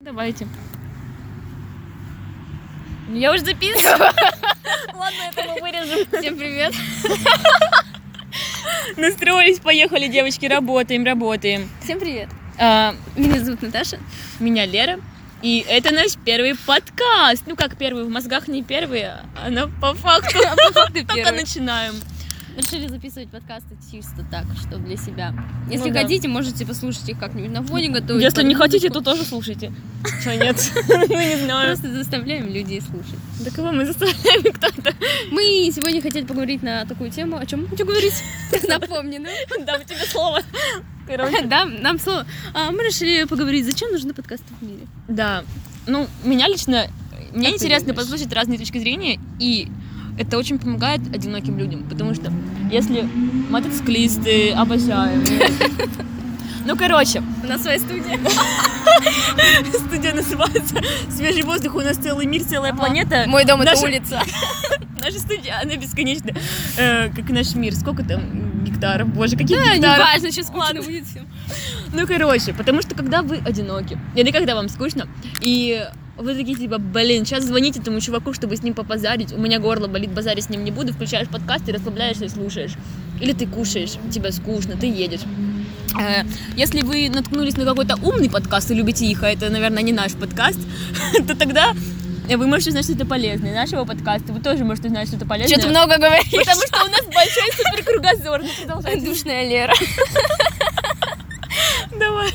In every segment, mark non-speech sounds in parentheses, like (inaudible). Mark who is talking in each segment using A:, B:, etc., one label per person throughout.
A: Давайте. Ну, Я уже записываю.
B: Ладно, это мы вырежем.
A: Всем привет. (laughs) Настроились, поехали, девочки, работаем, работаем.
B: Всем привет.
A: А,
B: Меня зовут Наташа.
A: меня Лера. И это наш первый подкаст. Ну как первый, в мозгах не первый, а на- по (laughs) факту.
B: Ты
A: Только начинаем.
B: Решили записывать подкасты чисто так, что для себя. Если
A: Ну да.
B: хотите, можете послушать их как-нибудь на фоне готовить.
A: Если
B: под
A: не
B: музыку.
A: хотите, то тоже (laughs) слушайте. Чего нет? Ну не знаю.
B: Просто заставляем людей слушать.
A: Да кого мы заставляем кто-то?
B: Мы сегодня хотели поговорить на такую тему. О чем мы
A: (laughs)
B: хотим говорить? Напомни, ну.
A: Дам тебе слово. Короче,
B: (laughs) Да, нам слово. А, Мы решили поговорить, зачем нужны подкасты в мире.
A: Да. Ну, меня лично, мне
B: Как ты
A: интересно
B: думаешь?
A: послушать разные точки зрения, и это очень помогает одиноким людям, потому что если мотоциклисты обожаем. (laughs) Ну, короче, (laughs)
B: У нас своя студия.
A: студия называется «Свежий воздух», у нас целый мир, целая
B: Ага.
A: планета.
B: Мой дом
A: это
B: это улица.
A: Наша студия, она бесконечна, э, как наш мир. Сколько там гектаров, боже, какие
B: Да, не
A: гектары.
B: важно, сейчас скучно будет всем.
A: Ну, короче, потому что когда вы одиноки, или когда вам скучно, и вы такие, типа, блин, сейчас звоните этому чуваку, чтобы с ним попозарить, у меня горло болит, базарить с ним не буду, включаешь подкаст и расслабляешься и слушаешь. Или ты кушаешь, тебе скучно, ты едешь. Э, Если вы наткнулись на какой-то умный подкаст и любите их, а это, наверное, не наш подкаст, (laughs) то тогда вы можете узнать что-то полезное. Нашего подкаста вы тоже можете узнать что-то полезное.
B: Че ты много говоришь?
A: Потому что у нас большой супер кругозор. Ну, продолжайте.
B: Душная Лера.
A: (laughs) Давай.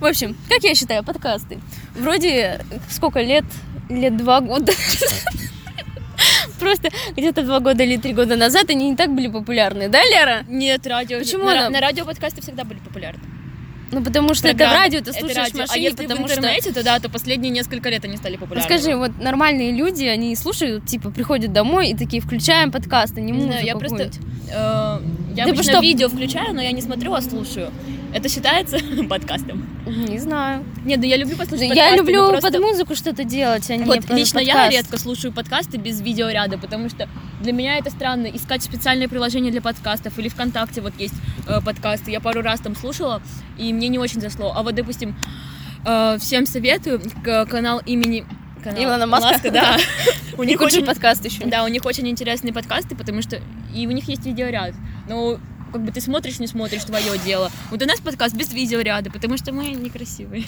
B: В общем, как я считаю, подкасты. Вроде сколько лет? Лет два года. (laughs) Просто где-то два года или три года назад они не так были популярны, да, Лера?
A: Нет, радио.
B: Почему
A: на,
B: она-
A: на радио подкасты всегда были популярны.
B: Ну, потому что это в
A: Программы.
B: радио, ты
A: Это
B: слушаешь в
A: радио. а
B: машине,
A: если
B: потому
A: в
B: что...
A: интернете, то да, то последние несколько лет они стали
B: Вот
A: популярны.
B: Скажи, вот нормальные люди, они слушают, типа, приходят домой и такие, включаем подкасты,
A: Не
B: не музыку
A: знаю, я просто,
B: какую-нибудь».
A: э, я
B: Ты
A: обычно
B: что-
A: видео включаю, но я не смотрю, а слушаю. Это считается (laughs) подкастом?
B: Не знаю.
A: Нет, ну я люблю послушать
B: Я
A: подкасты,
B: люблю
A: но просто-
B: под музыку что-то делать, а не
A: Вот
B: под
A: лично я
B: подкаст.
A: редко слушаю подкасты без видеоряда, потому что для меня это странно. Искать специальное приложение для подкастов или ВКонтакте вот есть э, подкасты. Я пару раз там слушала, и мне не очень зашло. А вот, допустим, э, всем советую к- канал имени канал
B: Илона Маска?
A: да. У
B: (laughs) И
A: них
B: куча
A: очень
B: подкаст еще.
A: да, у них очень интересные подкасты, потому что и у них есть видеоряд. Но как бы ты смотришь, не смотришь, твое дело. Вот у нас подкаст без видеоряда, потому что мы некрасивые.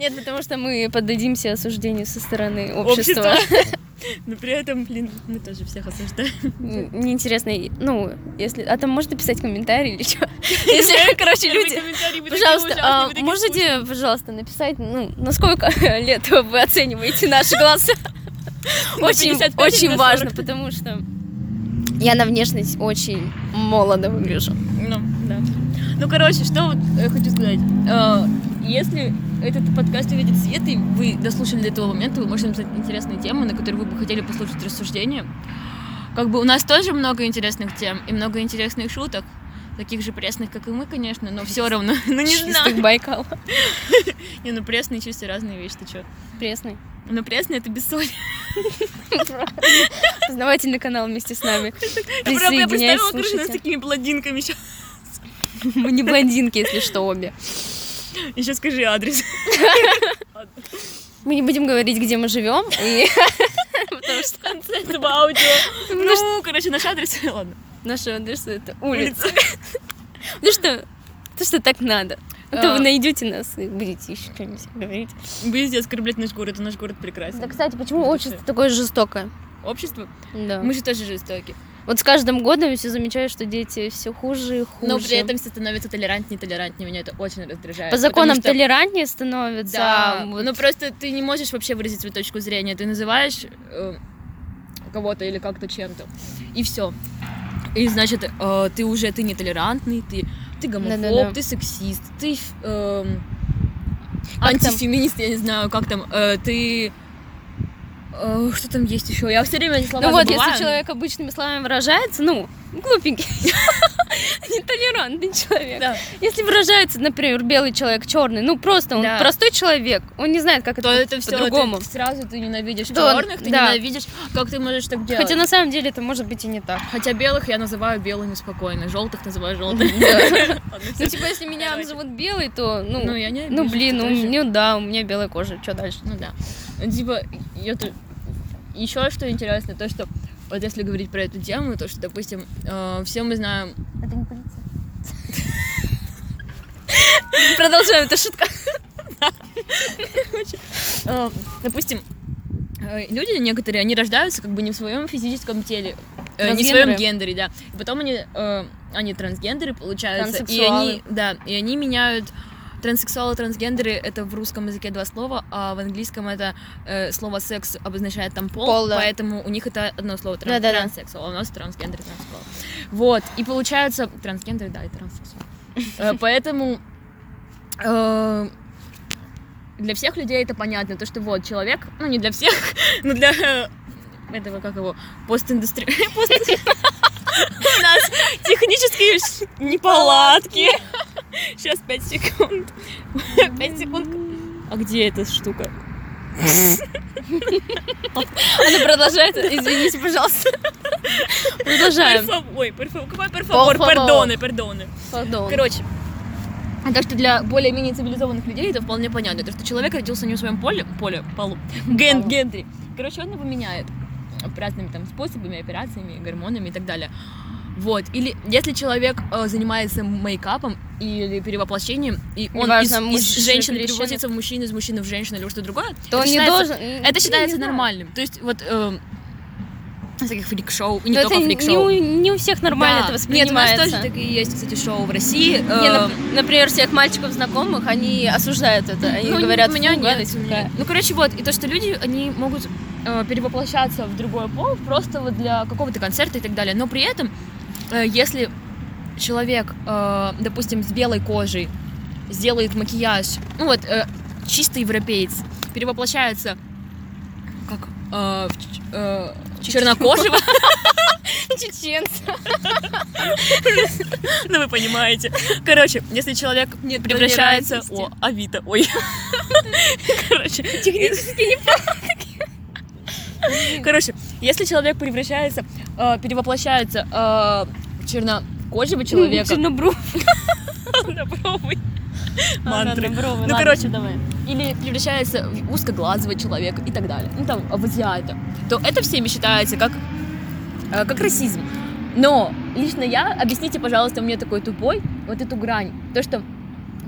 B: Нет, потому что мы поддадимся осуждению со стороны общества. (laughs)
A: (laughs) Но при этом, блин, мы тоже всех осуждаем.
B: М, Мне интересно, и- ну, если... А там можно писать комментарий или что? (laughs)
A: (laughs)
B: Если, короче, люди... Пожалуйста, а, можете, пожалуйста, написать, ну, насколько (laughs) лет вы оцениваете наши голоса?
A: (laughs) На
B: Очень,
A: 55 или
B: очень
A: на
B: важно,
A: 40?
B: потому что я на внешность очень молодо выгляжу.
A: Ну, да. Ну, короче, что вот я хочу сказать. Э, Если этот подкаст увидит свет, и вы дослушали до этого момента, вы можете написать интересные темы, на которые вы бы хотели послушать рассуждения. Как бы у нас тоже много интересных тем и много интересных шуток. Таких же пресных, как и мы, конечно, но все равно. (laughs) Ну, не знаю.
B: Чистый (laughs) Байкал.
A: Не, ну пресные чисто разные вещи, ты чё?
B: Пресный.
A: Но пресные — это без соли.
B: Познавательный канал вместе с нами.
A: Я прям- я
B: Присоединяйтесь,
A: представила, короче, нас
B: слушайте.
A: такими блондинками сейчас.
B: Мы не блондинки, если что, обе.
A: Еще скажи адрес.
B: (laughs) Мы не будем говорить, где мы живем, (laughs) и
A: Потому что в (laughs) конце этого аудио.
B: потому что
A: Ну, короче, наш адрес. (laughs) Ладно.
B: наш адрес это улица. Ну что, то что так надо. А то
A: А.
B: вы найдете нас и будете еще что-нибудь говорить.
A: Будете оскорблять наш город, а наш город прекрасен.
B: Да, кстати, почему
A: Это
B: общество
A: всё.
B: такое жестокое?
A: Общество,
B: Да.
A: мы же тоже жестоки.
B: Вот с каждым годом я все замечаю, что дети все хуже и хуже.
A: Но при этом все становятся толерантнее и толерантнее. Меня это очень раздражает.
B: по законам
A: потому что-
B: толерантнее становятся.
A: Да,
B: а вот-
A: ну просто ты не можешь вообще выразить свою точку зрения. Ты называешь э, кого-то или как-то чем-то. И все. И значит, э, ты уже ты нетолерантный, ты, ты гомофоб,
B: Да-да-да. А
A: ты сексист, ты эм,
B: Как там?
A: антифеминист, я не знаю, как там, э, ты. э, что там есть еще? Я все время эти слова
B: Ну вот,
A: забываю.
B: если человек обычными словами выражается, ну, глупенький. (laughs) нетолерантный человек.
A: Да.
B: Если выражается, например, белый человек, черный, ну просто он
A: Да.
B: простой человек, он не знает, как
A: То
B: это,
A: это все
B: по-другому.
A: сразу ты ненавидишь
B: Да,
A: черных, ты
B: да.
A: ненавидишь, как ты можешь так делать.
B: Хотя на самом деле это может быть и
A: (laughs)
B: не так.
A: Хотя белых я называю белыми спокойно, желтых называю
B: Да.
A: желтыми. Ладно,
B: Ну
A: всё.
B: типа, если меня
A: Короче.
B: назовут белый, то ну,
A: я не
B: ну
A: обижусь,
B: блин,
A: ты
B: ну,
A: тоже.
B: ну да, у меня белая кожа, что дальше?
A: Ну да. Ну, Типа, я тут... Еще что интересно, то, что вот если говорить про эту тему, то, что, допустим, э, все мы знаем...
B: Это не полиция. Продолжаем,
A: (laughs)
B: это шутка.
A: э, допустим, э, люди некоторые, они рождаются как бы не в своем физическом теле, э, не в своем
B: Трансгендеры.
A: гендере, да. И потом они, э, они трансгендеры, получается, и
B: Транссексуалы.
A: они, да, и они меняют Транссексуалы, трансгендеры — это в русском языке два слова, а в английском это э, слово «секс» обозначает там пол,
B: Пол, да.
A: поэтому у них это одно слово тран-
B: Да-да-да.
A: транссексуал, а у нас трансгендер, транссексуал. Вот, и получается... Трансгендер, да, и транссексуал. (laughs) Э, Поэтому э, для всех людей это понятно, то, что вот человек, ну не для всех, (laughs) но для э, этого, как его, постиндустри... (laughs) пост- У нас технические ш- (laughs) неполадки. Сейчас 5 секунд. (laughs) 5 секунд. А где эта штука?
B: Она продолжает, извините, пожалуйста. Продолжаем.
A: Перфо- Ой, перфо- какой
B: Por
A: перфовор?
B: favor.
A: Пердоны, пердоны.
B: Пардон.
A: Короче, а так что для более-менее цивилизованных людей это вполне понятно. То, что человек родился не в своем поле, поле, полу, (laughs) ген,
B: Полу.
A: гендере. Короче, он его меняет разными там способами, операциями, гормонами и так далее. Вот. Или если человек э, занимается мейкапом или перевоплощением, и он
B: Неважно,
A: из,
B: мужчина,
A: из женщины
B: женщина.
A: переводится в мужчину, из мужчины в женщину или что-то другое,
B: То он не
A: считается-
B: должен...
A: это считается
B: не знаю.
A: нормальным. То есть вот эм, всяких фрик-шоу, и не
B: Но
A: только
B: это не
A: фрик-шоу.
B: у, не у всех нормально
A: Да.
B: это
A: Нет, у нас
B: воспринимается.
A: тоже э, такие есть, кстати, шоу в России.
B: Не,
A: эм,
B: нап- например, всех мальчиков знакомых, они осуждают это. Они
A: Ну,
B: говорят,
A: у меня
B: «Фу,
A: нет,
B: гадость
A: у меня
B: какая».
A: нет. Ну, короче, вот, и то, что люди, они могут э, перевоплощаться в другой пол просто вот для какого-то концерта и так далее. Но при этом, э, если человек, э, допустим, с белой кожей сделает макияж, ну вот, э, чистый европеец, перевоплощается как э, в ч- э, в чернокожего,
B: (laughs) Чеченцы.
A: ну вы понимаете. Короче, если человек
B: Нет,
A: превращается... О,
B: толерантности.
A: Авито, ой. Короче,
B: Технически
A: Короче, если человек превращается, э, перевоплощается э, в чернокожего человека,
B: Чернобру.
A: чернобровый, мантры.
B: Ну,
A: ладно,
B: короче, давай.
A: или превращается в узкоглазого человека и так далее, ну там, в азиата, то это всеми считается как, э, как расизм. Но лично я, объясните, пожалуйста, мне такой тупой, вот эту грань, то, что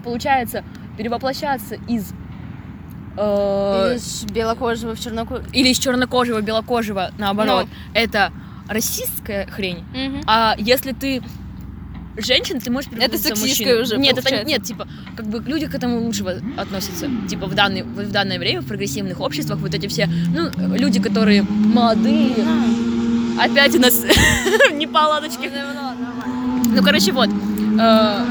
A: получается перевоплощаться из... э,
B: Из белокожего в чернокожего.
A: или из чернокожего, белокожего, наоборот, это расистская хрень, А если ты женщина, ты можешь превратиться в
B: сексистское
A: мужчину.
B: уже
A: Нет, это
B: получается.
A: нет, типа, как бы люди к этому лучше во- относятся. Типа в данный, вот в данное время в прогрессивных обществах вот эти все, ну, люди, которые молодые, опять у нас (laughs) неполадочки. Ну, короче, вот. э,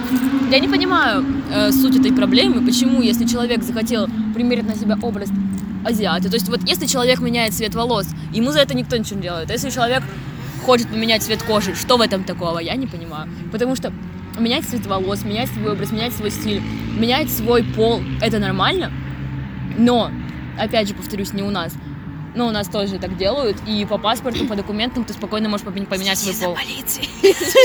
A: Я не понимаю э, суть этой проблемы, почему, если человек захотел примерить на себя образ азиата, то есть вот если человек меняет цвет волос, ему за это никто ничего не делает. А Если человек хочет поменять цвет кожи, что в этом такого, я не понимаю. Потому что менять цвет волос, менять свой образ, менять свой стиль, менять свой пол, это нормально, но, опять же, повторюсь, не у нас. Но у нас тоже так делают, и по паспорту, по документам ты спокойно можешь помен- поменять свой пол. (laughs)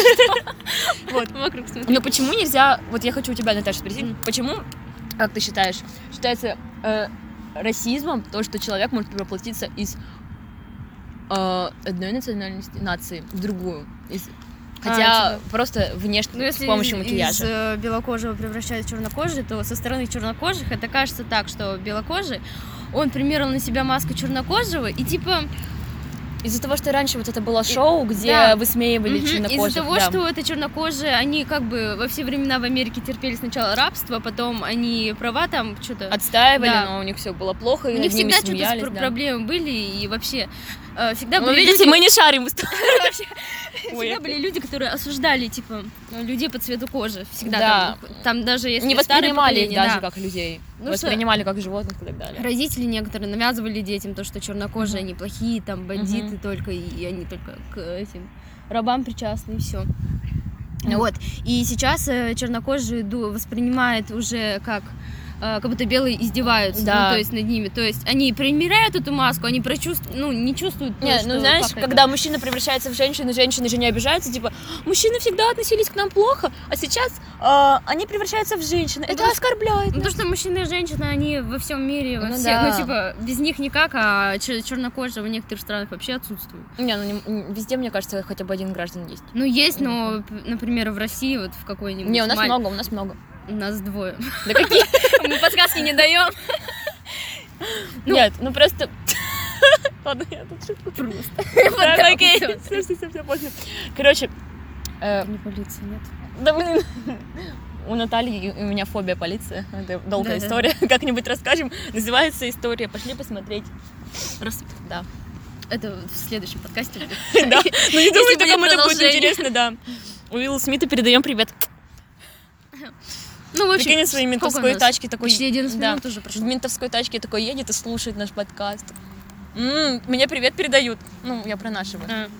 B: Вот, вокруг смотри.
A: Но почему нельзя, вот я хочу у тебя, Наташа, спросить,
B: Мгм.
A: почему, как ты считаешь, считается э, расизмом то, что человек может перевоплотиться из э, одной национальности нации в другую? Из- хотя просто внешне,
B: Ну, если
A: с помощью
B: из-
A: макияжа.
B: из э, белокожего превращают в чернокожий, то со стороны чернокожих это кажется так, что белокожий, он примерил на себя маску чернокожего и типа
A: Из... за того, что раньше вот это было шоу, где
B: да.
A: высмеивали
B: Мгм.
A: чернокожих.
B: Из-за того,
A: да.
B: что это чернокожие, они как бы во все времена в Америке терпели сначала рабство, потом они права там что-то.
A: Отстаивали,
B: Да.
A: но у них все было плохо,
B: У
A: и
B: них
A: над ними
B: всегда что-то с
A: смеялись,
B: пр-
A: да.
B: проблемы были и вообще э, всегда
A: Ну,
B: были
A: видите,
B: люди,
A: мы не шарим. (laughs) в истории. Ой,
B: всегда были люди, которые осуждали типа людей по цвету кожи всегда
A: Да.
B: там, там даже если
A: Не
B: старое
A: воспринимали их
B: поколение,
A: даже
B: да.
A: как людей.
B: Ну, что-
A: воспринимали как животных и так далее.
B: Родители некоторые навязывали детям то, что чернокожие, они плохие, там бандиты
A: Мгм.
B: только, и они только к этим рабам причастны, и все. Вот.
A: Вот.
B: И сейчас э, чернокожие ду- воспринимают уже как э, как будто белые издеваются,
A: Да.
B: ну, то есть над ними. То есть они примеряют эту маску, они прочувствуют, ну, не чувствуют. то,
A: Не,
B: что-
A: ну знаешь,
B: как это.
A: когда мужчина превращается в женщину, женщины же не обижаются, типа, мужчины всегда относились к нам плохо, а сейчас а, они превращаются в женщин. Это
B: потому
A: оскорбляет. нас.
B: Ну, то, что мужчины и женщины, они во всем мире, во
A: Ну
B: всех,
A: да.
B: ну, типа, без них никак, а чер- чернокожие в некоторых странах вообще отсутствуют.
A: Не, ну не- м, везде, мне кажется, хотя бы один граждан есть.
B: Ну, есть, но, п- например, в России вот в какой-нибудь...
A: Не, у нас
B: маль-
A: много, у нас много.
B: Нас двое. (laughs)
A: Да какие?
B: Мы подсказки не даем. Ну.
A: Нет, ну просто... Ладно, я тут шутку. (laughs)
B: Просто.
A: Да,
B: Да, ну
A: окей.
B: всё.
A: Всё, всё, всё, всё, поздно. Короче, э,
B: Не полиции нет.
A: да блин, у Натальи и у меня фобия полиции. Это долгая
B: Да-да.
A: история. (laughs) Как-нибудь расскажем. Называется история. Пошли посмотреть.
B: Просто
A: Да.
B: это в следующем подкасте
A: (laughs)
B: будет.
A: Да. Ну не думаю,
B: будет
A: что кому-то будет
B: продолжение.
A: интересно, да. Уиллу Смиту передаем привет.
B: Ну, в общем,
A: Прикинь, своей
B: сколько у
A: ментовской
B: нас?
A: тачке такой...
B: Почти 11
A: Да.
B: минут уже
A: В
B: прошло.
A: ментовской тачке такой едет и слушает наш подкаст. М, Мне привет передают. Ну, я про нашего.
B: А. Да,
A: Но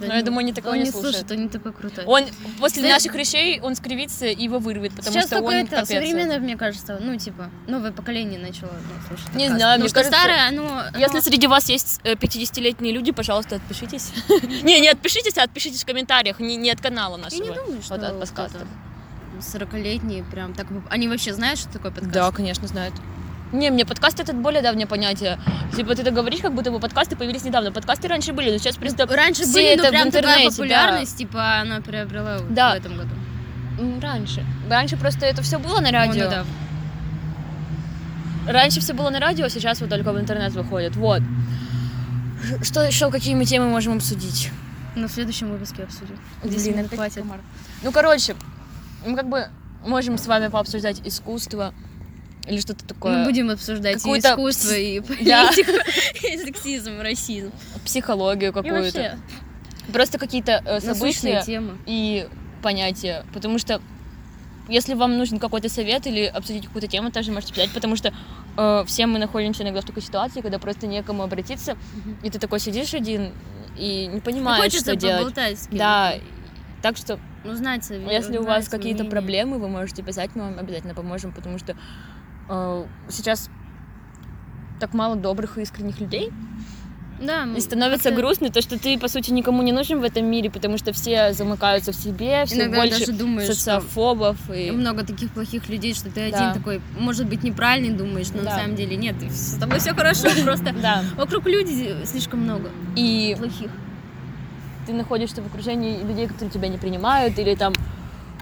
A: Ну, я
B: нет.
A: думаю, они такого
B: Он
A: не
B: не
A: слушают.
B: слушает, он не такой крутой.
A: Он после
B: Знаешь-
A: наших речей он скривится и его вырвет, потому
B: Сейчас
A: что
B: только
A: он
B: это
A: капец.
B: современное, мне кажется, ну типа новое поколение начало ну, слушать.
A: Не
B: подкаст.
A: знаю,
B: Потому
A: мне
B: что
A: кажется,
B: старое, оно, оно-
A: Если среди вас есть э, 50-летние люди, пожалуйста, отпишитесь. (laughs) Не, не отпишитесь, а отпишитесь в комментариях, не не от канала
B: я не
A: нашего.
B: думаю, что
A: от подкастов.
B: кто-то 40-летние прям так, бы- они вообще знают, что такое подкаст?
A: Да, конечно, знают. Не, мне подкаст этот более давнее понятие. Типа ты так говоришь, как будто бы подкасты появились недавно. Подкасты раньше были, но
B: Ну,
A: сейчас просто...
B: Раньше
A: Все
B: были, но
A: это в
B: прям такая
A: интернете,
B: популярность, типа она приобрела вот
A: Да.
B: в этом году.
A: М, Раньше. Раньше просто это все было на
B: Ну,
A: радио.
B: ну да.
A: Раньше все было на радио, сейчас вот только в интернет выходит. Вот. Ш- Что еще, какие мы темы можем обсудить?
B: Но в следующем выпуске обсудим.
A: Блин,
B: Десять минут
A: опять
B: хватит.
A: комар. Ну, короче, мы как бы можем с вами пообсуждать искусство или что-то такое.
B: Мы будем обсуждать и
A: Какую-то
B: искусство, и
A: Да.
B: политику, (laughs) и сексизм, расизм.
A: Психологию
B: И
A: какую-то.
B: вообще
A: Просто какие-то э,
B: насущные
A: события
B: темы.
A: и понятия. Потому что если вам нужен какой-то совет или обсудить какую-то тему, также можете писать, потому что э, все мы находимся иногда в такой ситуации, когда просто некому обратиться,
B: Мгм.
A: и ты такой сидишь один и не
B: И
A: понимаешь,
B: Хочется
A: что делать.
B: поболтать с кем-то.
A: Да, так что
B: Узнать, э,
A: Если у
B: узнать
A: вас
B: свое
A: какие-то
B: мнение.
A: проблемы, вы можете писать, мы вам обязательно поможем, потому что э, сейчас так мало добрых и искренних людей.
B: Да, м,
A: И становится
B: как-то
A: грустно то, что ты, по сути, никому не нужен в этом мире, потому что все замыкаются в себе, все
B: Иногда
A: больше
B: даже думаешь, что
A: социофобов. И...
B: много таких плохих людей, что ты
A: Да.
B: один такой, может быть, неправильный думаешь, но на
A: Да.
B: самом деле нет, с тобой все хорошо, (laughs) просто
A: Да.
B: вокруг людей слишком много
A: И
B: плохих.
A: ты находишься в окружении людей, которые тебя не принимают, или там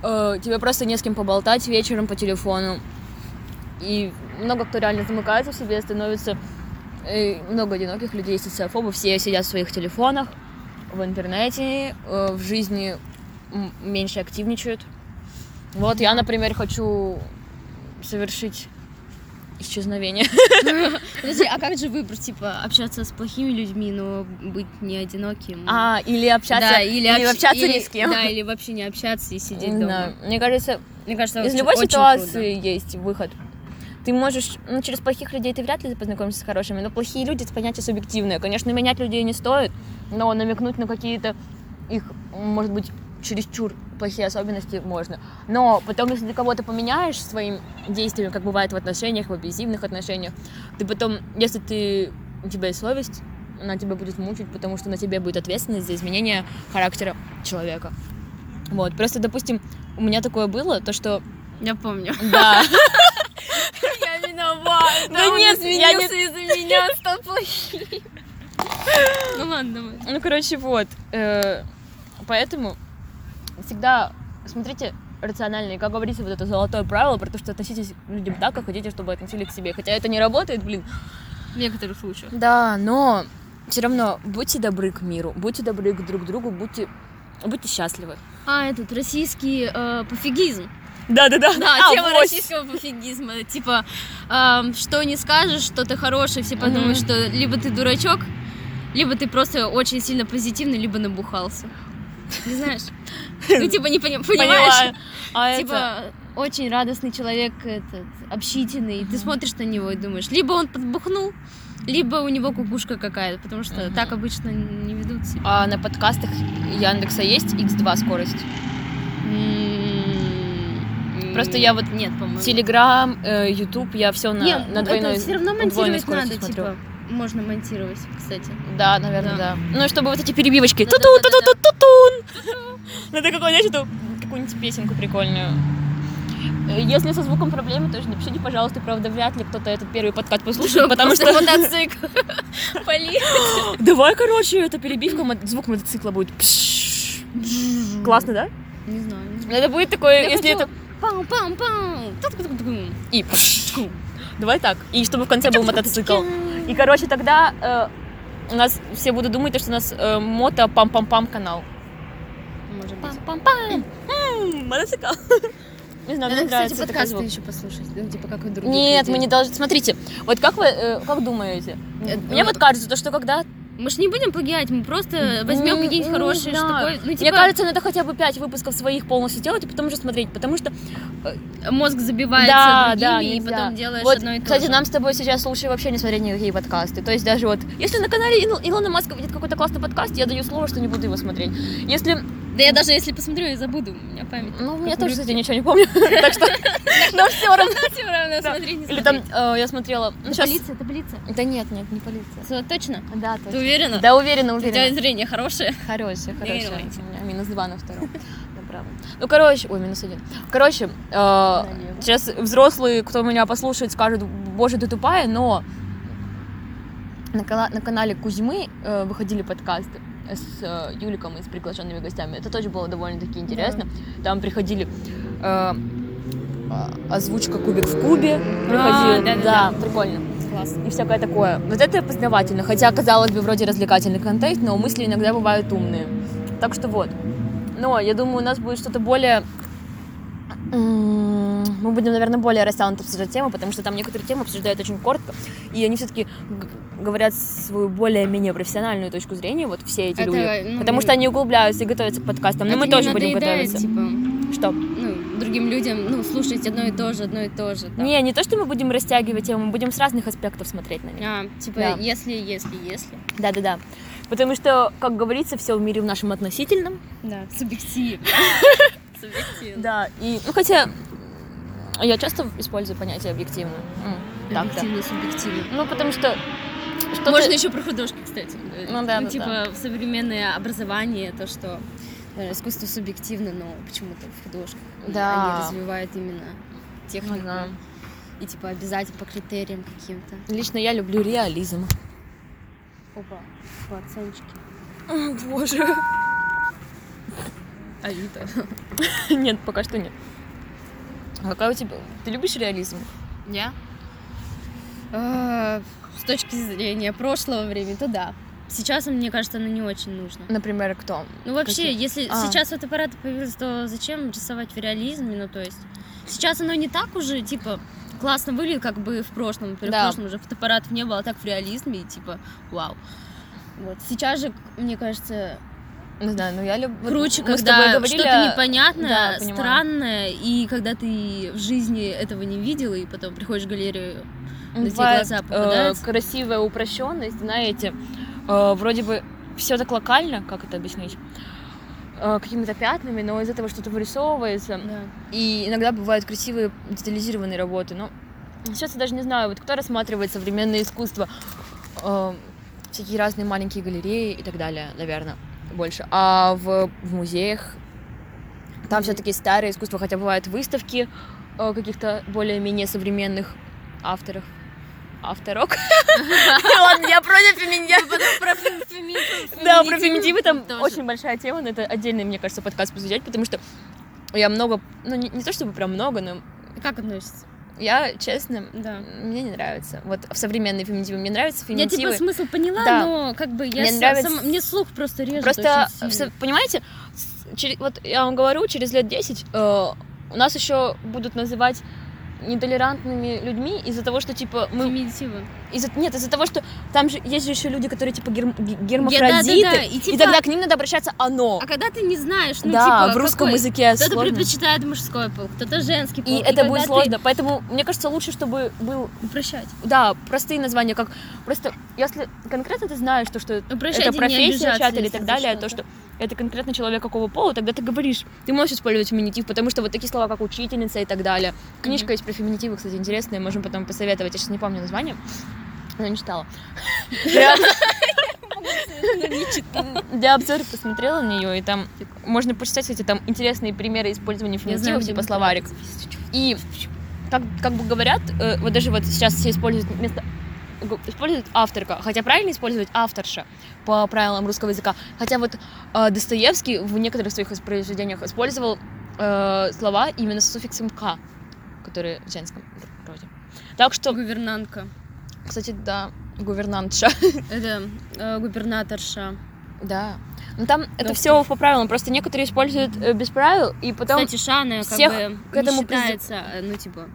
A: э, тебе просто не с кем поболтать вечером по телефону. И много кто реально замыкается в себе, становится э, много одиноких людей, социофобов, все сидят в своих телефонах, в интернете, э, в жизни м, меньше активничают. Вот я, например, хочу совершить исчезновение.
B: Подожди, а как же выбрать, типа, общаться с плохими людьми, но быть не одиноким?
A: А, или общаться,
B: да, или,
A: или
B: общ-
A: общаться
B: или-
A: ни с кем.
B: Да, или вообще не общаться и
A: Не
B: сидеть дома.
A: знаю. Мне кажется,
B: Мне кажется,
A: Из
B: очень-
A: любой
B: очень
A: ситуации есть выход. Ты можешь, ну, через плохих людей ты вряд ли познакомишься с хорошими, но плохие люди это понятие субъективное. Конечно, менять людей не стоит, но намекнуть на какие-то их, может быть, чересчур плохие особенности можно. Но потом, если ты кого-то поменяешь своим действием, как бывает в отношениях, в абьюзивных отношениях, ты потом, если ты, у тебя есть совесть, она тебя будет мучить, потому что на тебе будет ответственность за изменение характера человека. Вот, просто, допустим, у меня такое было, то, что
B: трудно. Я помню. (laughs)
A: (laughs) да.
B: Я виновата.
A: Да
B: он
A: нет, я не-
B: извинился из-за меня, он стал плохим. Ну ладно,
A: (laughs)
B: давай.
A: Ну, короче, вот. э, Поэтому всегда смотрите рационально, и как говорится, вот это золотое правило про то, что относитесь к людям так, как хотите, чтобы относились к себе. Хотя это не работает, блин.
B: В некоторых случаях.
A: Да, но все равно будьте добры к миру, будьте добры к друг другу, будьте будьте счастливы.
B: А, этот российский э, пофигизм.
A: Да-да-да.
B: Да,
A: А,
B: тема
A: вот.
B: российского пофигизма. Типа, эм, что не скажешь, что ты хороший, все подумают,
A: Мгм.
B: что либо ты дурачок, либо ты просто очень сильно позитивный, либо набухался.
A: (laughs)
B: Не знаешь? Ну, типа, не пони- понимаешь?
A: Понимаю. А это...
B: Типа, очень радостный человек, этот, общительный, и ты
A: Мгм.
B: смотришь на него и думаешь, либо он подбухнул, либо у него кукушка какая-то, потому что
A: Мгм.
B: так обычно не ведут себя.
A: А на подкастах Яндекса есть X2 скорость?
B: М,
A: Просто я вот
B: Нет, по-моему.
A: Телеграм, э, Ютуб, я все на,
B: Нет,
A: на двойной
B: все равно
A: двойной
B: монтировать
A: скорости
B: надо,
A: смотрю.
B: типа. Можно монтировать, кстати.
A: Да, наверное, да.
B: Да.
A: Ну, и чтобы вот эти перебивочки.
B: Да-да-да-да.
A: Ту-тун, ту-тун, ту-тун, ту-тун. Надо какую-нибудь, эту- какую-нибудь песенку прикольную. Э, Если со звуком проблемы, тоже напишите, пожалуйста, правда, вряд ли кто-то этот первый подкат послушал, (laughs) потому что... (laughs)
B: мотоцикл Поли.
A: Давай, короче, это перебивка, мо- звук мотоцикла будет. Пшш. Классно, да?
B: Не знаю. не знаю.
A: Это будет такое,
B: Я
A: если
B: хочу
A: это...
B: Пам-пам-пам. Тук-тук-тук-тук.
A: И пшш. Давай так. И чтобы в конце был мотоцикл. И, короче, тогда э, у нас все будут думать, то, что у нас э, мото-пам-пам-пам канал.
B: Может быть.
A: Пам-пам-пам! М, Мотоцикл. Не знаю, мне
B: Надо,
A: нравится
B: кстати,
A: такой
B: подкасты
A: звук.
B: еще послушать. Ну, типа, как у других
A: Нет, мы не
B: людей.
A: должны... Смотрите, вот как вы, э, как думаете?
B: Э,
A: Мне
B: ну,
A: вот кажется, то, что когда...
B: Мы ж не будем плагиать, мы просто возьмем
A: Ну,
B: какие-нибудь
A: не
B: хорошие, что
A: знаю.
B: такое. Ну,
A: Мне
B: типа,
A: кажется, надо хотя бы пять выпусков своих полностью делать и потом уже смотреть, потому что...
B: мозг
A: Да,
B: забивается
A: да,
B: другими, и
A: нельзя.
B: потом делаешь
A: Вот,
B: одно и то
A: кстати,
B: же.
A: нам с тобой сейчас лучше вообще не смотреть никакие подкасты. То есть даже вот, если на канале Ил- Илона Маска выйдет какой-то классный подкаст, я даю слово, что не буду его смотреть. Если...
B: Да я даже если посмотрю, я забуду, у меня память. (laughs)
A: Ну,
B: Как
A: я тоже,
B: рыбки.
A: кстати, ничего не помню. (laughs) Так
B: (laughs)
A: что... Но все равно...
B: Все Типа, равно смотреть не
A: Или
B: смотреть.
A: там э, я смотрела... Ну, сейчас...
B: Полиция, это полиция.
A: Да нет, нет, не полиция.
B: Всё, Точно?
A: Да,
B: Ты
A: точно.
B: уверена?
A: Да, уверена,
B: У тебя
A: уверена.
B: зрение хорошее.
A: Хорошая, хорошая.
B: Верите.
A: У меня Минус два на втором. Направо. Ну, короче... Ой, минус один. Короче, э,
B: Налево.
A: Сейчас взрослые, кто меня послушает, скажут, боже, ты тупая, но на, кала- на канале Кузьмы э, выходили подкасты с э, Юликом и с приглашенными гостями. Это тоже было довольно-таки интересно. Там приходили э, а- озвучка Кубик в Кубе. Приходила.
B: да-да-да.
A: А, да, прикольно
B: Класс.
A: и всякое такое. Вот это познавательно, хотя, казалось бы, вроде развлекательный контент, но мысли иногда бывают умные. Так что вот. Но я думаю, у нас будет что-то более... м, Мы будем, наверное, более растянуто обсуждать темы, потому что там некоторые темы обсуждают очень коротко, и они все-таки говорят свою более-менее профессиональную точку зрения, вот все эти люди.
B: ну,
A: Потому что они углубляются и готовятся к подкастам, но мы тоже будем готовиться.
B: Типа,
A: Что?
B: ну, другим людям, ну, слушать одно и то же, одно и то же. там.
A: Не, не то, что мы будем растягивать тему, мы будем с разных аспектов смотреть на них.
B: А, типа,
A: Да.
B: если, если, если.
A: Да-да-да. Потому что, как говорится, все в мире в нашем относительном.
B: Да,
A: (laughs)
B: субъектив. Субъективно.
A: Да, и... Ну, хотя... Я часто использую понятие Ну, объективно. М, Так-то.
B: Объективно, субъективно.
A: Ну, потому что... что
B: Можно
A: ты-
B: еще про художки, кстати. говорить.
A: Ну да, да,
B: типа в современное образование то, что э, искусство субъективно, но почему-то в художках э,
A: Да.
B: они развивают именно технику.
A: Ну да.
B: И типа обязательно по критериям каким-то.
A: Лично я люблю реализм.
B: Опа, по оценочке.
A: О, боже.
B: Авито.
A: (laughs) Нет, пока что нет. А какая у тебя... Ты любишь реализм?
B: Я? А, С точки зрения прошлого времени, то да. Сейчас, мне кажется, оно не очень нужно.
A: Например, кто?
B: Ну вообще,
A: Какие?
B: если
A: А.
B: сейчас фотоаппараты появились, то зачем рисовать в реализме? Ну то есть сейчас оно не так уже, типа классно выглядит, как бы в прошлом. Например,
A: Да.
B: В прошлом уже фотоаппаратов не было, а так в реализме и типа вау. Вот сейчас же, мне кажется,
A: Не знаю, но я люблю...
B: круче,
A: мы с тобой
B: когда
A: говорили
B: что-то
A: о- Да,
B: непонятное,
A: понимаю.
B: странное, и когда ты в жизни этого не видела, и потом приходишь в галерею. На тебе
A: Бывает,
B: глаза
A: э,
B: попадаются?
A: красивая упрощенность, знаете, э, вроде бы все так локально, как это объяснить, э, какими-то пятнами, но из этого что-то вырисовывается.
B: Да.
A: И иногда бывают красивые детализированные работы. Но сейчас я даже не знаю, вот кто рассматривает современное искусство, э, всякие разные маленькие галереи и так далее, наверное, больше. А в, в музеях там все-таки старое искусство, хотя бывают выставки э, каких-то более-менее современных авторов. Авторок. (laughs) Ладно, я против феминизма. Да, про феминитивы там очень большая тема, но это отдельный, мне кажется, подкаст посвящать, потому что я много, ну не, не то чтобы прям много, но
B: Как относится?
A: я, честно,
B: Да.
A: мне не нравится. Вот в современные феминитивы мне нравятся
B: Я
A: феминитивы.
B: типа смысл поняла,
A: Да.
B: но как бы я
A: Мне
B: с-
A: нравится-
B: сама- мне слух просто режет
A: Просто,
B: очень
A: в
B: сильно.
A: со- понимаете, с- чере- вот я вам говорю, через лет 10 э, у нас еще будут называть нетолерантными людьми из-за того, что типа мы
B: Феминитивы.
A: из-за, нет из-за того, что там же есть же еще люди, которые типа герм- ге-
B: Я-
A: гермафродиты,
B: да, да, да,
A: и,
B: и типа-
A: тогда к ним надо обращаться оно.
B: А когда ты не знаешь, ну
A: да,
B: типа
A: в русском
B: какой-
A: языке
B: Кто-то
A: сложно.
B: предпочитает мужской пол, кто-то женский пол.
A: И это будет
B: когда
A: сложно. Поэтому, мне кажется, лучше, чтобы был,
B: Ты... Упрощать.
A: да, простые названия, как просто, если конкретно ты знаешь, то, что
B: Упрощать
A: это
B: и не
A: профессия
B: обижаться,
A: чат или
B: если
A: так
B: за
A: далее, а
B: что-то.
A: то, что это конкретно человек какого пола, тогда ты говоришь. Ты можешь использовать феминитив, потому что вот такие слова, как учительница и так далее. Книжка есть про феминитивы, кстати, интересная, можем потом посоветовать. Я сейчас не помню название, но не читала. Реально. Для обзора посмотрела на нее, и там можно почитать, кстати, там интересные примеры использования феминитивов, типа словарик. И как, как бы говорят, э, вот даже вот сейчас все используют вместо г- используют авторка, хотя правильно использовать авторша по правилам русского языка. Хотя вот э, Достоевский в некоторых своих произведениях использовал э, слова именно с суффиксом к, которые в женском роде. Так что,
B: Гувернантка.
A: кстати, да, гувернантша.
B: Это э, губернаторша.
A: Да. Но там это
B: ты.
A: все по правилам, просто некоторые используют э, без правил, и потом
B: Кстати, Шана как
A: всех
B: бы
A: к этому
B: не считается, э, ну, типа,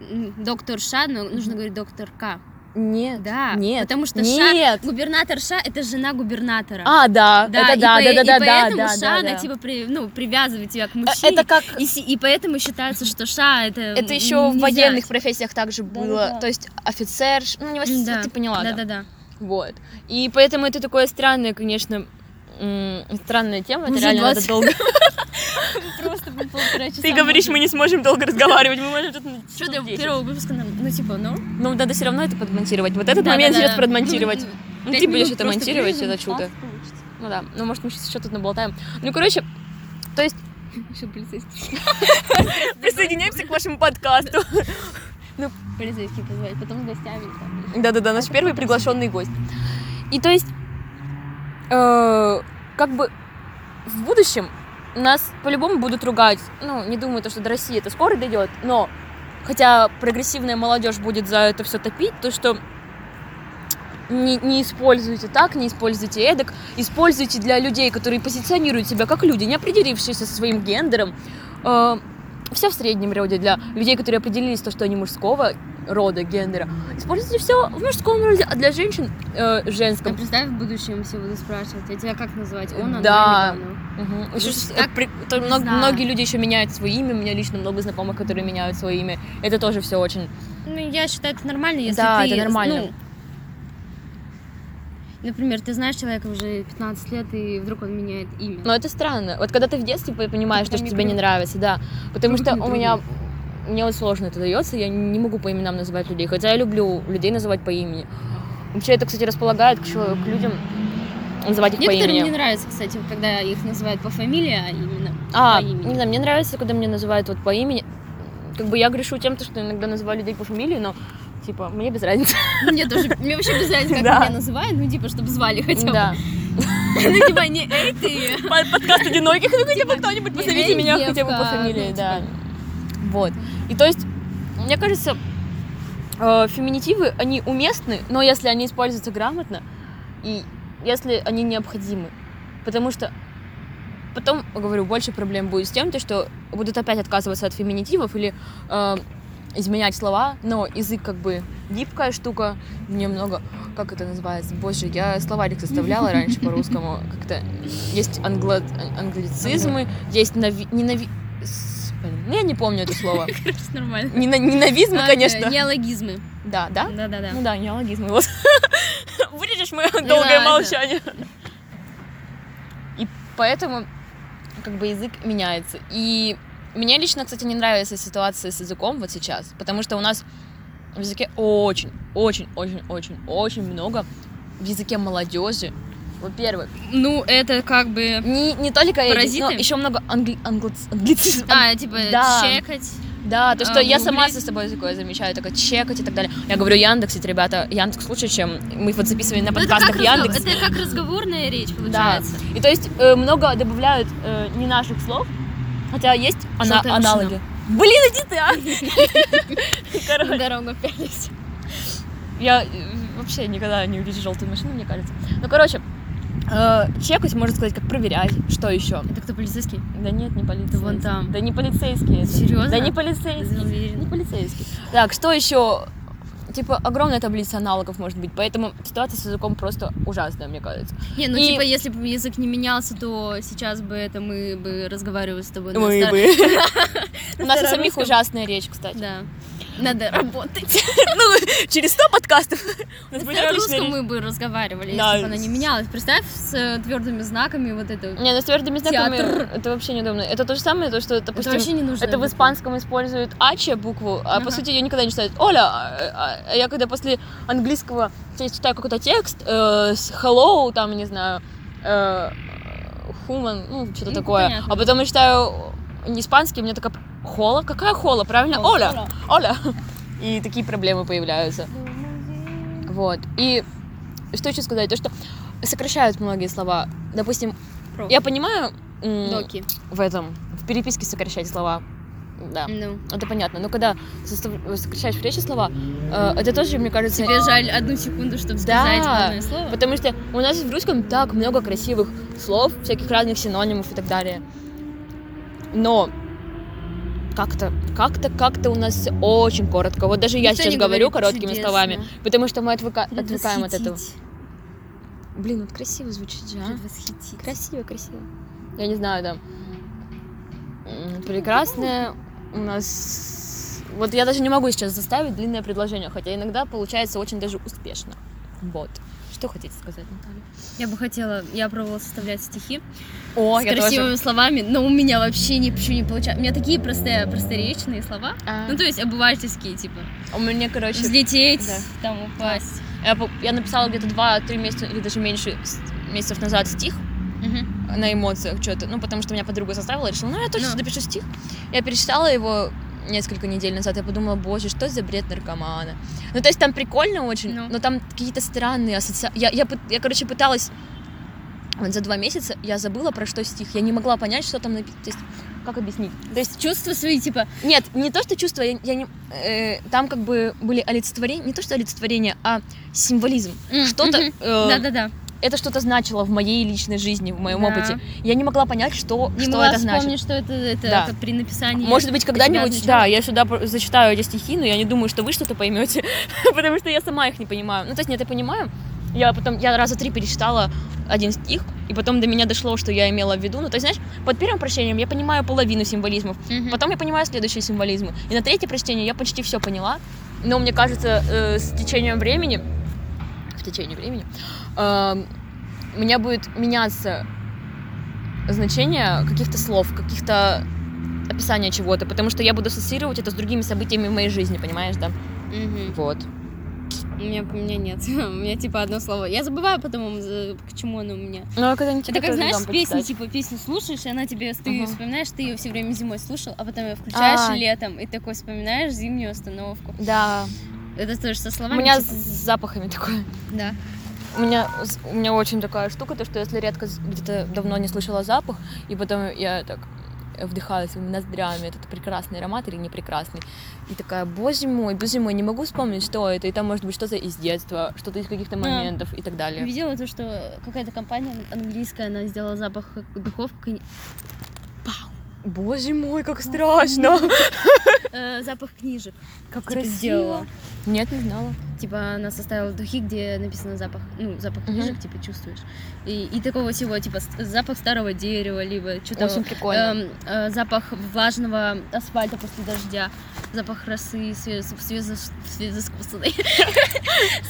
B: м, доктор Ша, но нужно говорить доктор К.
A: нет,
B: Да,
A: нет,
B: потому что Ша,
A: нет.
B: губернатор Ша, это жена губернатора.
A: А, да, это
B: и
A: да, да,
B: пое-
A: да,
B: и
A: да, да,
B: поэтому
A: да,
B: Ша,
A: да,
B: она,
A: да.
B: типа, при- ну, привязывает тебя к
A: Э,
B: мужчине.
A: Это как
B: И, си- и поэтому считается, что ша это...
A: Это еще в военных профессиях также
B: Да,
A: было.
B: да, да.
A: То есть офицер, ш- ну не офицер,
B: Да.
A: ты поняла, да.
B: Да-да-да.
A: Вот. И поэтому это такое странное, конечно, м, странная тема.
B: Уже
A: это реально
B: 20.
A: надо долго.
B: (laughs) Просто по полтора часа.
A: не сможем долго разговаривать, мы можем тут
B: Что до первого выпуска, нам- ну, типа, ну...
A: Ну надо все равно это подмонтировать. Вот этот
B: да,
A: момент
B: да,
A: сейчас
B: да.
A: продмонтировать. Ну
B: Пять
A: ты
B: минут
A: будешь это
B: просто
A: монтировать,
B: вырежем,
A: это чудо.
B: класс получится.
A: Ну да. Ну может мы сейчас еще тут наболтаем. Ну короче, то есть
B: Ещё полицейский.
A: присоединяемся к вашему подкасту.
B: Полицейский позвать, потом с гостями. там.
A: Да-да-да, наш первый приглашенный гость. И то есть, э, как бы в будущем нас по-любому будут ругать. Ну, не думаю, то, что до России это скоро дойдет, но хотя прогрессивная молодежь будет за это все топить, то что не, не используйте так, не используйте эдак, используйте для людей, которые позиционируют себя как люди, не определившиеся со своим гендером. все в среднем роде для людей, которые определились, то, что они мужского рода, гендера. Используйте все в мужском роде, а для женщин э,
B: Да
A: женском.
B: представь, в будущем все будут спрашивать, а тебя как назвать? Он, она
A: Да.
B: или она?
A: Мгм. Ещё
B: Ну, есть
A: с- э,
B: так,
A: при- то мно-
B: знаю.
A: Многие люди еще меняют свое имя. У меня лично много знакомых, которые меняют свое имя. Это тоже все очень.
B: Ну, я считаю, это нормально, если
A: Да,
B: ты...
A: это нормально.
B: ну, Например, ты знаешь человека уже 15 лет, и вдруг он меняет имя.
A: Но это странно. Вот когда ты в детстве по- понимаешь, то,
B: Ты
A: что
B: потом не
A: тебе не
B: привык.
A: нравится, да. Потому что
B: Привыкни
A: у
B: к
A: меня мне вот сложно это дается. Я не могу по именам называть людей. Хотя я люблю людей называть по имени. Вообще это, кстати, располагает к, чё- к людям называть их по
B: Некоторым
A: имени.
B: не нравится, кстати, когда их называют по фамилии,
A: (laughs)
B: а именно
A: А,
B: по имени.
A: не знаю, мне нравится, когда меня называют вот по имени. Как бы я грешу тем, то, что иногда называю людей по фамилии, но типа мне без разницы. (laughs)
B: Мне тоже, мне вообще без разницы, как
A: Да.
B: меня называют, ну, типа, чтобы звали хотя
A: (laughs)
B: бы.
A: Да.
B: Ну, типа, не
A: (laughs)
B: эй ты.
A: Под- подкаст одиноких, ну хотя бы кто-нибудь,
B: не
A: позовите меня
B: Евка,
A: хотя бы по фамилии,
B: ну,
A: да. Вот. И то есть, мне кажется, э, феминитивы, они уместны, но если они используются грамотно, и если они необходимы. Потому что потом, говорю, больше проблем будет с тем, то, что будут опять отказываться от феминитивов или э, изменять слова, но язык как бы гибкая штука, немного, как это называется, боже, я словарик составляла раньше по-русскому, как-то есть англо- англицизмы, есть нави... ненави- с- блин, ну, я не помню это слово.
B: Короче, (laughs) нормально.
A: Нена- Ненавизмы,
B: А,
A: Ну, конечно.
B: э, Неологизмы.
A: Да, да?
B: Да-да-да.
A: Ну да, неологизмы. Вот. (laughs) Вырежешь мое
B: Ну
A: долгое
B: ладно.
A: молчание. И поэтому как бы язык меняется. И мне лично, кстати, не нравится ситуация с языком вот сейчас, потому что у нас в языке очень, очень, очень, очень, очень много в языке молодежи. Во-первых,
B: Ну, это как бы...
A: не, не только
B: Паразиты?
A: еще много англи- англоц- англицизм-
B: А, типа,
A: Да.
B: чекать.
A: да, то, что
B: А,
A: я сама
B: гуглить?
A: за собой такое замечаю, такое чекать и так далее. Я говорю Яндексить, ребята, Яндекс лучше, чем мы вот записывали на
B: Ну, это как
A: подкастах
B: разговор-
A: Яндекс.
B: это как разговорная речь,
A: Да. (laughs)
B: получается.
A: И то есть э, много добавляют э, не наших слов, хотя есть ана-
B: Желтая машина.
A: аналоги. Блин, иди ты, а!
B: На
A: (laughs) Короче,
B: дорогу пялись.
A: я э, вообще никогда не увижу желтую машину, мне кажется. Ну, короче, э, чекать, можно сказать, как проверять, что еще.
B: Это кто, полицейский?
A: Да нет, не полицейский.
B: вон там.
A: Да не полицейский. это.
B: Серьезно?
A: Да не полицейский. Не Ну, полицейский. Так, что еще? Типа, огромная таблица аналогов может быть, поэтому ситуация с языком просто ужасная, мне кажется.
B: Не, ну
A: И-
B: типа, если бы язык не менялся, то сейчас бы это мы Ну,
A: Ну,
B: бы разговаривали с тобой на
A: (laughs)
B: стар-
A: бы. У нас у
B: старорусском. (laughs)
A: самих ужасная речь, кстати.
B: Да. Надо работать.
A: Ну, через 100 подкастов. У нас будет
B: На
A: различные
B: русском мы бы разговаривали,
A: Да.
B: если бы она не менялась. Представь с э, твердыми знаками вот это.
A: Не, ну с твердыми знаками
B: Театр.
A: это вообще неудобно. Это то же самое, то, что,
B: Это
A: допустим, это,
B: вообще не нужно.
A: в испанском используют аче букву, а
B: Ага.
A: по сути ее никогда не читают. Оля, а- а- а я когда после английского я читаю какой-то текст э, с hello, там, не знаю, э, human, ну, что-то
B: Ну,
A: такое.
B: понятно.
A: А потом я читаю не испанский, у меня такая хола, какая хола, правильно?
B: Хола.
A: Оля, Оля. (laughs) И такие проблемы появляются. Вот. И что еще сказать? То, что сокращают многие слова. Допустим,
B: Просто.
A: я понимаю м,
B: Доки.
A: в этом, в переписке сокращать слова. Да,
B: Ну.
A: это понятно. Но когда состав- сокращаешь в речи слова, э, это тоже, мне кажется...
B: Тебе жаль одну секунду, чтобы сказать главное слово.
A: Потому что у нас в русском так много красивых слов, всяких разных синонимов и так далее. Но как-то, как-то, как-то у нас очень коротко. Вот даже я
B: Никто
A: сейчас
B: не
A: говорю
B: говорит
A: короткими
B: «чудесно».
A: словами, потому что мы отвыка-
B: Надо
A: отвыкаем от этого.
B: восхитить.
A: Блин, вот красиво звучит же, а?
B: Надо восхитить.
A: Красиво, красиво. Я не знаю, да. М, Прекрасное у нас... Вот я даже не могу сейчас заставить длинное предложение, хотя иногда получается очень даже успешно. Вот. Что хотите сказать, Наталья?
B: Я бы хотела, я пробовала составлять стихи
A: О,
B: с красивыми словами, но у меня вообще ни- почему не получается. У меня такие простые, просторечные слова.
A: А.
B: Ну, то есть обывательские, типа.
A: у меня, короче,
B: Взлететь,
A: Да.
B: там упасть.
A: я, по- я написала где-то 2-3 месяца или даже меньше с- месяцев назад стих
B: Мгм.
A: на эмоциях что-то. Ну, потому что меня подруга составила, я решила, ну, я точно
B: Ну.
A: допишу стих. Я перечитала его несколько недель назад, я подумала, боже, что за бред наркомана. Ну, то есть там прикольно очень,
B: Ну.
A: но там какие-то странные ассоциации. Я, я, пы- я, короче, пыталась... Вот за два месяца я забыла, про что стих. Я не могла понять, что там написано. То есть, как объяснить? То есть,
B: Чувства свои, типа,
A: нет, не то, что чувства, я, я не... э, там как бы были олицетворения, не то, что олицетворения, а символизм.
B: м,
A: Что-то...
B: мгм.
A: э,
B: Да-да-да.
A: это что-то значило в моей личной жизни, в моем
B: Да.
A: опыте. Я не могла понять, что,
B: Не
A: что
B: могла
A: это значит.
B: вспомнить, что это, это
A: Да.
B: как при написании.
A: Может быть, когда-нибудь,
B: означало?
A: да, я сюда про- зачитаю эти стихи, но я не думаю, что вы что-то поймете, (laughs) потому что я сама их не понимаю. Ну, то есть, нет, я понимаю. Я потом, я раза три перечитала один стих, и потом до меня дошло, что я имела в виду. Ну, то есть, знаешь, под первым прочтением я понимаю половину символизмов,
B: Мгм.
A: потом я понимаю следующие символизмы. И на третье прочтение я почти все поняла, но мне кажется, э, с течением времени, в течение времени, эм, у меня будет меняться значение каких-то слов, каких-то описания чего-то, потому что я буду ассоциировать это с другими событиями в моей жизни, понимаешь, да?
B: Мгм.
A: Вот.
B: У меня, у меня нет. (laughs) У меня типа одно слово. Я забываю потом, за- к чему оно у меня.
A: Ну, а когда-нибудь
B: Это как, знаешь, с песней, типа, песню слушаешь, и она тебе, ты её
A: Ага.
B: вспоминаешь, ты ее все время зимой слушал, а потом ее включаешь
A: А.
B: летом, и такой вспоминаешь зимнюю остановку.
A: Да.
B: Это тоже со
A: У
B: словами.
A: меня с
B: типа,
A: запахами такое.
B: Да.
A: У меня, с- у меня очень такая штука, то, что если редко с- где-то давно не слышала запах, и потом я так вдыхаю своими ноздрями этот прекрасный аромат или не прекрасный, и такая, боже мой, боже мой, не могу вспомнить, что это, и там может быть что-то из детства, что-то из каких-то
B: Да.
A: моментов и так далее.
B: Видела то, что какая-то компания английская, она сделала запах духов, кни-
A: Боже мой, как страшно!
B: э, запах книжек.
A: Как
B: Типа,
A: красиво!
B: сделала.
A: Нет, не знала.
B: Типа она составила духи, где написано запах, ну, запах
A: Мгм.
B: книжек, типа, чувствуешь. И, и такого всего, типа, с- запах старого дерева, либо что-то...
A: Очень прикольно.
B: Эм, э, запах влажного асфальта после дождя, запах росы, све- свеже- (laughs) свежескошенной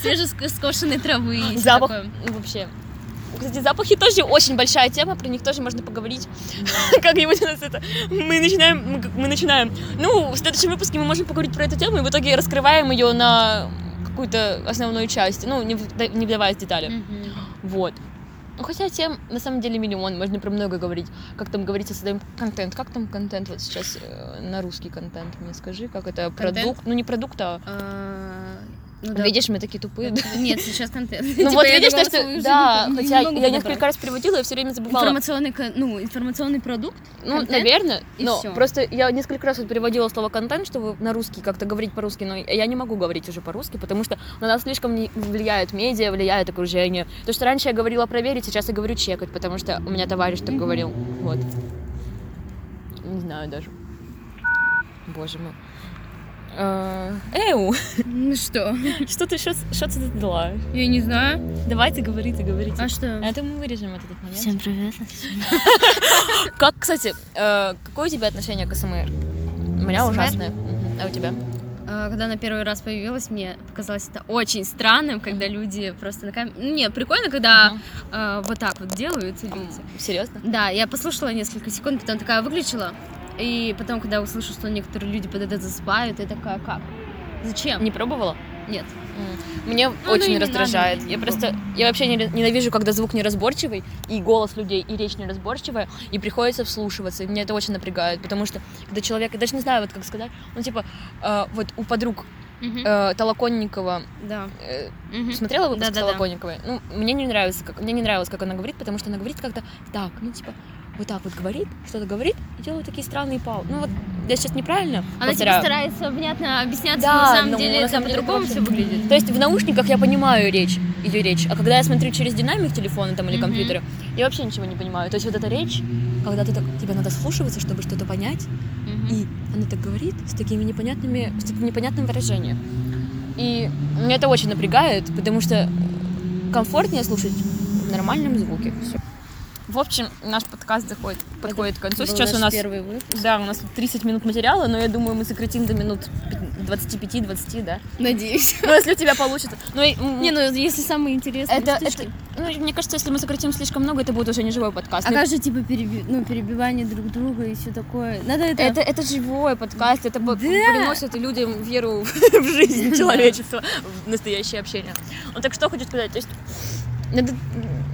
B: свежескошенной травы. и всё
A: Запах.
B: такое.
A: Ну, Вообще. Кстати, запахи тоже очень большая тема, про них тоже можно поговорить. (laughs) Как-нибудь у нас это... Мы начинаем, мы, как- мы начинаем. Ну, в следующем выпуске мы можем поговорить про эту тему, и в итоге раскрываем ее на какую-то основную часть, ну, не, в- да- не вдаваясь в детали.
B: Мгм.
A: Вот. Ну, хотя тем, на самом деле, миллион, можно про много говорить. Как там говорится, создаем контент. Как там контент вот сейчас э, на русский контент? Мне скажи, как это
B: Контент?
A: продукт? Ну, не продукт, а...
B: А, ну да.
A: Видишь, мы такие тупые.
B: Нет, сейчас контент.
A: Ну
B: Типа,
A: вот
B: я
A: видишь, то,
B: думала,
A: что...
B: свою
A: Да,
B: жизнь ну, не- не
A: хотя я
B: могу подобрать.
A: несколько раз переводила, я все время забывала.
B: Информационный, кон- ну, информационный продукт.
A: Ну,
B: контент
A: наверное,
B: и
A: но
B: всё.
A: просто я несколько раз вот переводила слово контент, чтобы на русский как-то говорить по-русски, но я не могу говорить уже по-русски, потому что на нас слишком не- влияют медиа, влияет окружение. То, что раньше я говорила проверить, сейчас я говорю чекать, потому что у меня товарищ так
B: Мгм.
A: говорил. Вот. Не знаю даже. Боже мой. Э, Эу, (laughs)
B: Ну что?
A: что ты сейчас, что ты тут делаешь?
B: Я не знаю.
A: Давайте говорите, говорите.
B: А что?
A: Это мы вырежем этот момент.
B: привет.
A: Как, кстати, э, какое у тебя отношение к СМР? У меня
B: АСМР?
A: ужасное. Мгм. А у тебя?
B: э, когда она первый раз появилась, мне показалось это очень странным, когда люди просто на камеру... Не, прикольно, когда э, вот так вот делают люди.
A: Серьезно?
B: Да, я послушала несколько секунд, потом такая выключила. И потом, когда услышала, что некоторые люди под это засыпают, я такая, как? Зачем?
A: Не пробовала?
B: Нет.
A: Мне
B: А. ну и
A: очень
B: не
A: раздражает.
B: надо.
A: я просто, я вообще не- ненавижу, когда звук неразборчивый, и голос людей, и речь неразборчивая, и приходится вслушиваться. И меня это очень напрягает, потому что когда человек, я даже не знаю, вот как сказать, он типа, э, вот у подруг э, Толоконникова,
B: Да.
A: э,
B: Мгм.
A: смотрела выпуск
B: Да-да-да.
A: Толоконниковой? Ну, мне не нравится, как, мне не нравилось, как она говорит, потому что она говорит как-то так, ну, типа, вот так вот говорит, что-то говорит, и делает такие странные паузы. Ну, вот я сейчас неправильно
B: Она тебе
A: повторяю.
B: старается внятно объясняться,
A: Да,
B: но ну, на самом
A: но
B: деле
A: на
B: это
A: самом деле
B: по-другому
A: это
B: все
A: вообще-
B: выглядит.
A: То есть в наушниках я понимаю речь, ее речь, а когда я смотрю через динамик телефона там или
B: Мгм.
A: компьютера, я вообще ничего не понимаю. То есть вот эта речь, когда ты так, тебе надо слушаться, чтобы что-то понять, и она так говорит с такими непонятными, с таким непонятным выражением. И меня это очень напрягает, потому что комфортнее слушать в нормальном звуке. Всё. В общем, наш подкаст заходит, подходит к концу. Сейчас у нас,
B: первый выпуск.
A: да, у нас тут 30 минут материала, но я думаю, мы сократим до минут пи- 25-20, (laughs) да?
B: Надеюсь.
A: Ну, если у тебя получится. Ну, и, м,
B: Не, ну если самые интересные
A: это,
B: штучки.
A: это- ну, мне кажется, если мы сократим слишком много, это будет уже не живой подкаст.
B: А
A: Ну,
B: как же типа переби- ну, перебивание друг друга и все такое? Надо это.
A: Это, это живой подкаст, это по-
B: Да.
A: приносит людям веру (laughs) в жизнь человечества, в настоящее общение. Ну так что хочу сказать, то есть надо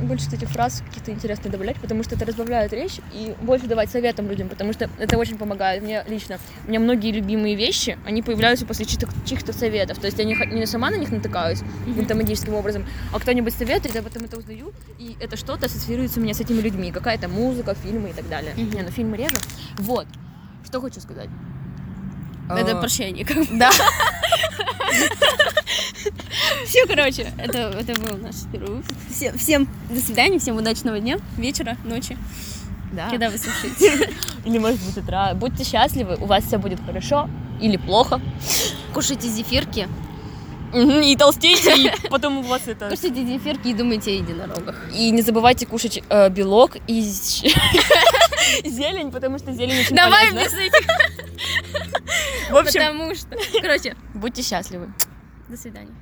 A: больше, кстати, фраз каких-то интересных добавлять, потому что это разбавляет речь, и больше давать советам людям, потому что это очень помогает мне лично. У меня многие любимые вещи, они появляются после чьих-то, чьих-то советов, то есть я не, х- не сама на них натыкаюсь каким-то магическим образом, а кто-нибудь советует, я потом это узнаю, и это что-то ассоциируется у меня с этими людьми, какая-то музыка, фильмы и так далее.
B: Мгм.
A: Не, ну фильмы реже. Вот. Что хочу сказать.
B: Это
A: Э, (laughs)
B: прощение, как бы.
A: Да.
B: Все, короче, это, это был наш первый выпуск. Все- всем до свидания, всем удачного дня, вечера, ночи,
A: Да.
B: когда вы слушаете.
A: Или может быть утра. Будьте счастливы, у вас все будет хорошо или плохо.
B: (laughs) Кушайте зефирки.
A: Мгм, И (laughs) толстейте, и потом у вас это...
B: Кушайте зефирки и думайте о единорогах.
A: И не забывайте кушать э, белок и (laughs) щ- зелень, потому что зелень очень
B: Давай
A: полезна.
B: без этих,
A: В общем,
B: потому что. Короче,
A: будьте счастливы.
B: до свидания.